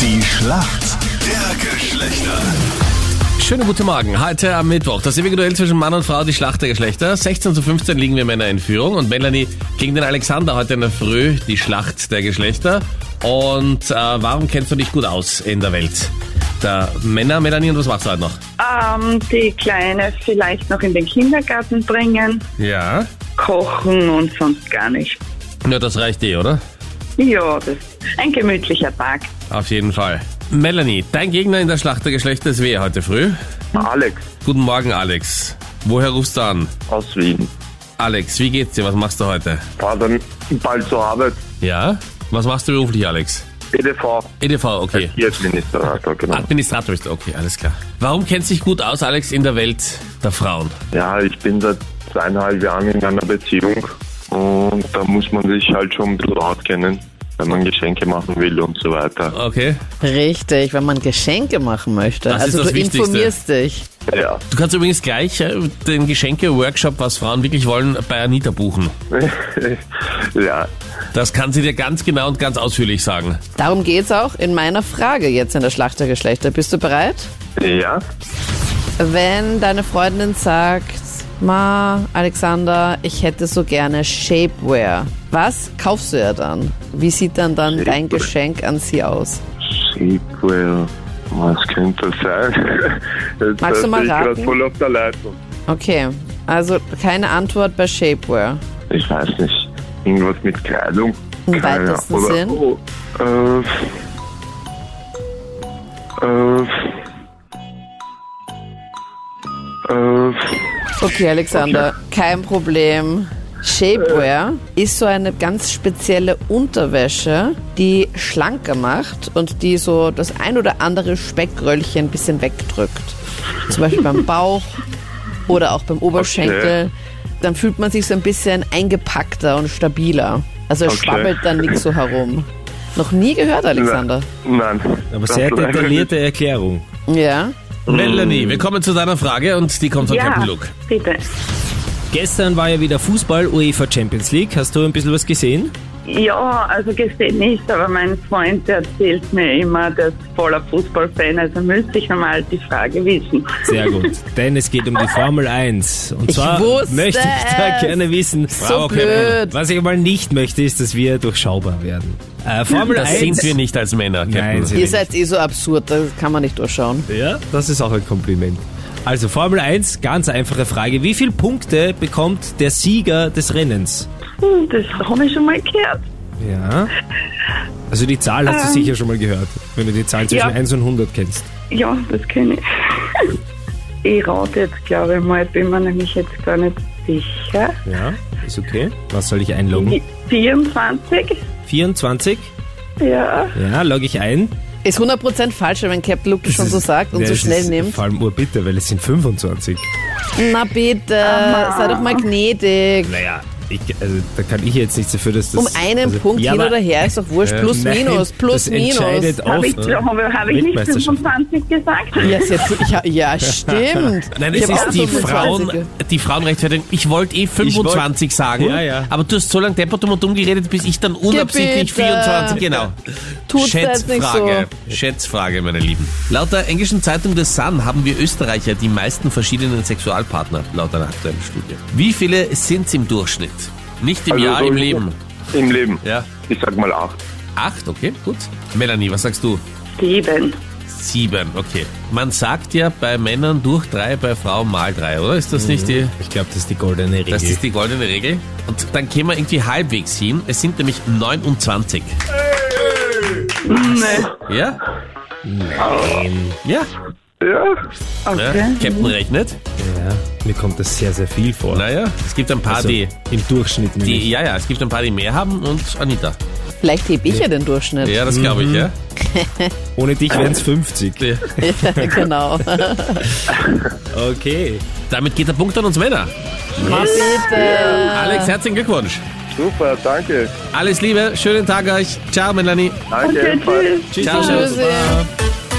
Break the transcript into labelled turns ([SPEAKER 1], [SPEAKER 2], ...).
[SPEAKER 1] Die Schlacht der Geschlechter.
[SPEAKER 2] Schönen guten Morgen. Heute am Mittwoch. Das ewige Duell zwischen Mann und Frau, die Schlacht der Geschlechter. 16 zu 15 liegen wir Männer in Führung. Und Melanie gegen den Alexander heute in der Früh, die Schlacht der Geschlechter. Und äh, warum kennst du dich gut aus in der Welt der Männer, Melanie? Und was machst du heute noch?
[SPEAKER 3] Ähm, die Kleine vielleicht noch in den Kindergarten bringen,
[SPEAKER 2] Ja.
[SPEAKER 3] kochen und sonst gar nicht.
[SPEAKER 2] Ja, das reicht eh, oder?
[SPEAKER 3] Ja, das ist ein gemütlicher Tag.
[SPEAKER 2] Auf jeden Fall. Melanie, dein Gegner in der Schlacht der Geschlechter ist wer heute früh?
[SPEAKER 4] Alex
[SPEAKER 2] Guten Morgen, Alex. Woher rufst du an?
[SPEAKER 4] aus Wien.
[SPEAKER 2] Alex, wie geht's dir? Was machst du heute?
[SPEAKER 4] Fahr dann bald zur Arbeit.
[SPEAKER 2] Ja? Was machst du beruflich, Alex?
[SPEAKER 4] EDV,
[SPEAKER 2] EDV, okay.
[SPEAKER 4] hier ist Ministerator, genau.
[SPEAKER 2] Administrator bist du, okay, alles klar. Warum kennst du dich gut aus, Alex, in der Welt der Frauen?
[SPEAKER 4] Ja, ich bin seit zweieinhalb Jahren in einer Beziehung und da muss man sich halt schon ein bisschen auskennen, wenn man Geschenke machen will und so weiter.
[SPEAKER 2] Okay.
[SPEAKER 5] Richtig, wenn man Geschenke machen möchte.
[SPEAKER 2] Das ist
[SPEAKER 5] also
[SPEAKER 2] das
[SPEAKER 5] du
[SPEAKER 2] Wichtigste.
[SPEAKER 5] informierst dich.
[SPEAKER 4] Ja,
[SPEAKER 2] Du kannst übrigens gleich äh, den Geschenke-Workshop, was Frauen wirklich wollen, bei Anita buchen.
[SPEAKER 4] ja,
[SPEAKER 2] Das kann sie dir ganz genau und ganz ausführlich sagen.
[SPEAKER 5] Darum geht's auch in meiner Frage jetzt in der Schlacht der Geschlechter. Bist du bereit?
[SPEAKER 4] ja,
[SPEAKER 5] Wenn deine Freundin sagt, Ma, Alexander, ich hätte so gerne Shapewear. Was kaufst du ihr dann? Wie sieht dann dann dein
[SPEAKER 4] Shapewear.
[SPEAKER 5] Geschenk an sie aus?
[SPEAKER 4] Sequel. Was könnte das sein? Jetzt
[SPEAKER 5] Magst du mal
[SPEAKER 4] bin ich
[SPEAKER 5] raten?
[SPEAKER 4] gerade voll auf der Leitung.
[SPEAKER 5] Okay, also keine Antwort bei Shapewear.
[SPEAKER 4] Ich weiß nicht. Irgendwas mit Kleidung?
[SPEAKER 5] Im
[SPEAKER 4] Keine-
[SPEAKER 5] weitesten Sinn?
[SPEAKER 4] Oh, äh, äh, äh,
[SPEAKER 5] Okay, Äh. Alexander, kein Problem. Shapewear ist so eine ganz spezielle Unterwäsche, die schlanker macht und die so das ein oder andere Speckröllchen ein bisschen wegdrückt. Zum Beispiel beim Bauch oder auch beim Oberschenkel. Dann fühlt man sich so ein bisschen eingepackter und stabiler. Also es
[SPEAKER 4] Okay.
[SPEAKER 5] schwabbelt dann nichts so herum. Noch nie gehört, Alexander.
[SPEAKER 4] ne, nein.
[SPEAKER 6] Aber sehr
[SPEAKER 4] Das-
[SPEAKER 6] detaillierte Erklärung.
[SPEAKER 5] Ja?
[SPEAKER 2] Melanie, wir kommen zu deiner Frage und die kommt von
[SPEAKER 3] ja,
[SPEAKER 2] Captain Luke.
[SPEAKER 3] bitte.
[SPEAKER 6] Gestern war ja wieder Fußball, UEFA Champions League. Hast du ein bisschen was gesehen?
[SPEAKER 3] Ja, also gesehen nicht, aber mein Freund der erzählt mir immer, der ist voller Fußballfan, also müsste ich einmal die Frage wissen.
[SPEAKER 6] Sehr gut. Denn es geht um die Formel 1. Und
[SPEAKER 5] Ich
[SPEAKER 6] zwar
[SPEAKER 5] wusste
[SPEAKER 6] möchte ich da
[SPEAKER 5] es.
[SPEAKER 6] gerne wissen.
[SPEAKER 5] So blöd.
[SPEAKER 6] Was ich mal nicht möchte, ist, dass wir durchschaubar werden. Äh, Formel
[SPEAKER 2] Das
[SPEAKER 6] 1.
[SPEAKER 2] sind wir nicht als Männer, Captain
[SPEAKER 6] Nein,
[SPEAKER 2] Luke.
[SPEAKER 6] sind
[SPEAKER 5] Ihr
[SPEAKER 6] wir
[SPEAKER 5] seid eh so absurd, das kann man nicht durchschauen.
[SPEAKER 6] Ja, das ist auch ein Kompliment. Also Formel 1, ganz einfache Frage. Wie viele Punkte bekommt der Sieger des Rennens?
[SPEAKER 3] Hm, das habe ich schon mal gehört.
[SPEAKER 6] Ja. Also die Zahl hast du sicher schon mal gehört, wenn du die Zahl zwischen
[SPEAKER 3] ja.
[SPEAKER 6] 1 und 100 kennst.
[SPEAKER 3] Ja, das kenne ich. Ich rate jetzt, glaube ich mal, bin mir nämlich jetzt gar nicht sicher.
[SPEAKER 6] Ja, ist okay. Was soll ich einloggen?
[SPEAKER 3] 24?
[SPEAKER 6] 24?
[SPEAKER 3] Ja.
[SPEAKER 6] Ja, logge ich ein.
[SPEAKER 5] Ist 100% falsch, wenn Captain Luke das schon so sagt und
[SPEAKER 6] Ja,
[SPEAKER 5] so
[SPEAKER 6] es
[SPEAKER 5] schnell
[SPEAKER 6] ist
[SPEAKER 5] nimmt.
[SPEAKER 6] Vor allem urbitter, weil es sind 25.
[SPEAKER 5] Na bitte, sei doch mal gnädig.
[SPEAKER 6] Naja, ich, also, da kann ich jetzt nichts dafür, dass das...
[SPEAKER 5] Um einen
[SPEAKER 6] also,
[SPEAKER 5] Punkt
[SPEAKER 6] Ja,
[SPEAKER 5] hin
[SPEAKER 6] aber-
[SPEAKER 5] oder her ist doch wurscht.
[SPEAKER 6] Äh,
[SPEAKER 5] Plus,
[SPEAKER 6] nein,
[SPEAKER 5] minus, plus,
[SPEAKER 6] das
[SPEAKER 5] minus.
[SPEAKER 6] entscheidet
[SPEAKER 3] Habe ich,
[SPEAKER 6] oft, ne?
[SPEAKER 3] habe hab ich nicht
[SPEAKER 6] Weltmeisterschaft.
[SPEAKER 3] 25 gesagt?
[SPEAKER 5] Ja, sehr viel- ja, ja, stimmt.
[SPEAKER 2] Nein,
[SPEAKER 5] Ich
[SPEAKER 2] es
[SPEAKER 5] hab
[SPEAKER 2] ist
[SPEAKER 5] auch
[SPEAKER 2] die,
[SPEAKER 5] 25er.
[SPEAKER 2] Frauen, die Frauenrechtfertigung. Ich wollte eh 25 sagen,
[SPEAKER 6] Ja, ja.
[SPEAKER 2] aber du hast so lange deppert und dumm geredet, bis ich dann unabsichtlich
[SPEAKER 5] Gebiete.
[SPEAKER 2] 24, genau.
[SPEAKER 5] Tut's da jetzt nicht
[SPEAKER 2] Schätzfrage, Schätzfrage, meine Lieben. Laut der englischen Zeitung The Sun haben wir Österreicher die meisten verschiedenen Sexualpartner, laut einer aktuellen Studie. Wie viele sind's im Durchschnitt? Nicht im
[SPEAKER 4] Also
[SPEAKER 2] Jahr,
[SPEAKER 4] so
[SPEAKER 2] im
[SPEAKER 4] ich-
[SPEAKER 2] Leben.
[SPEAKER 4] Im Leben.
[SPEAKER 2] Ja.
[SPEAKER 4] Ich sag mal acht.
[SPEAKER 2] Acht, okay, gut. Melanie, was sagst du?
[SPEAKER 3] Sieben.
[SPEAKER 2] Sieben, okay. Man sagt ja bei Männern durch drei, bei Frauen mal drei, oder? Ist das
[SPEAKER 4] Mhm.
[SPEAKER 2] nicht die...
[SPEAKER 6] Ich glaube, das ist die goldene Regel.
[SPEAKER 2] Das ist die goldene Regel. Und dann kämen wir irgendwie halbwegs hin. Es sind nämlich 29. Ja?
[SPEAKER 6] Nein.
[SPEAKER 2] Ja.
[SPEAKER 4] Ja,
[SPEAKER 2] ja. Captain rechnet.
[SPEAKER 6] Ja, mir kommt das sehr, sehr viel vor.
[SPEAKER 2] Naja, es gibt ein paar,
[SPEAKER 6] Also,
[SPEAKER 2] die,
[SPEAKER 6] Im Durchschnitt nämlich.
[SPEAKER 2] die. Ja, ja, es gibt ein paar, die mehr haben und Anita.
[SPEAKER 5] Vielleicht hebe ich ja den Durchschnitt.
[SPEAKER 2] Ja, das glaube ich, ja.
[SPEAKER 6] Ohne dich wären es 50.
[SPEAKER 2] Die-
[SPEAKER 5] genau.
[SPEAKER 6] Okay.
[SPEAKER 2] Damit geht der Punkt an uns Männer.
[SPEAKER 5] Mach bitte.
[SPEAKER 2] Alex, herzlichen Glückwunsch.
[SPEAKER 4] super, danke.
[SPEAKER 2] Alles Liebe, schönen Tag euch. Ciao, Melanie.
[SPEAKER 4] Danke.
[SPEAKER 3] Okay,
[SPEAKER 4] ebenfalls.
[SPEAKER 3] tschüss.
[SPEAKER 2] Ciao,
[SPEAKER 5] Tschüssi.
[SPEAKER 2] Ciao.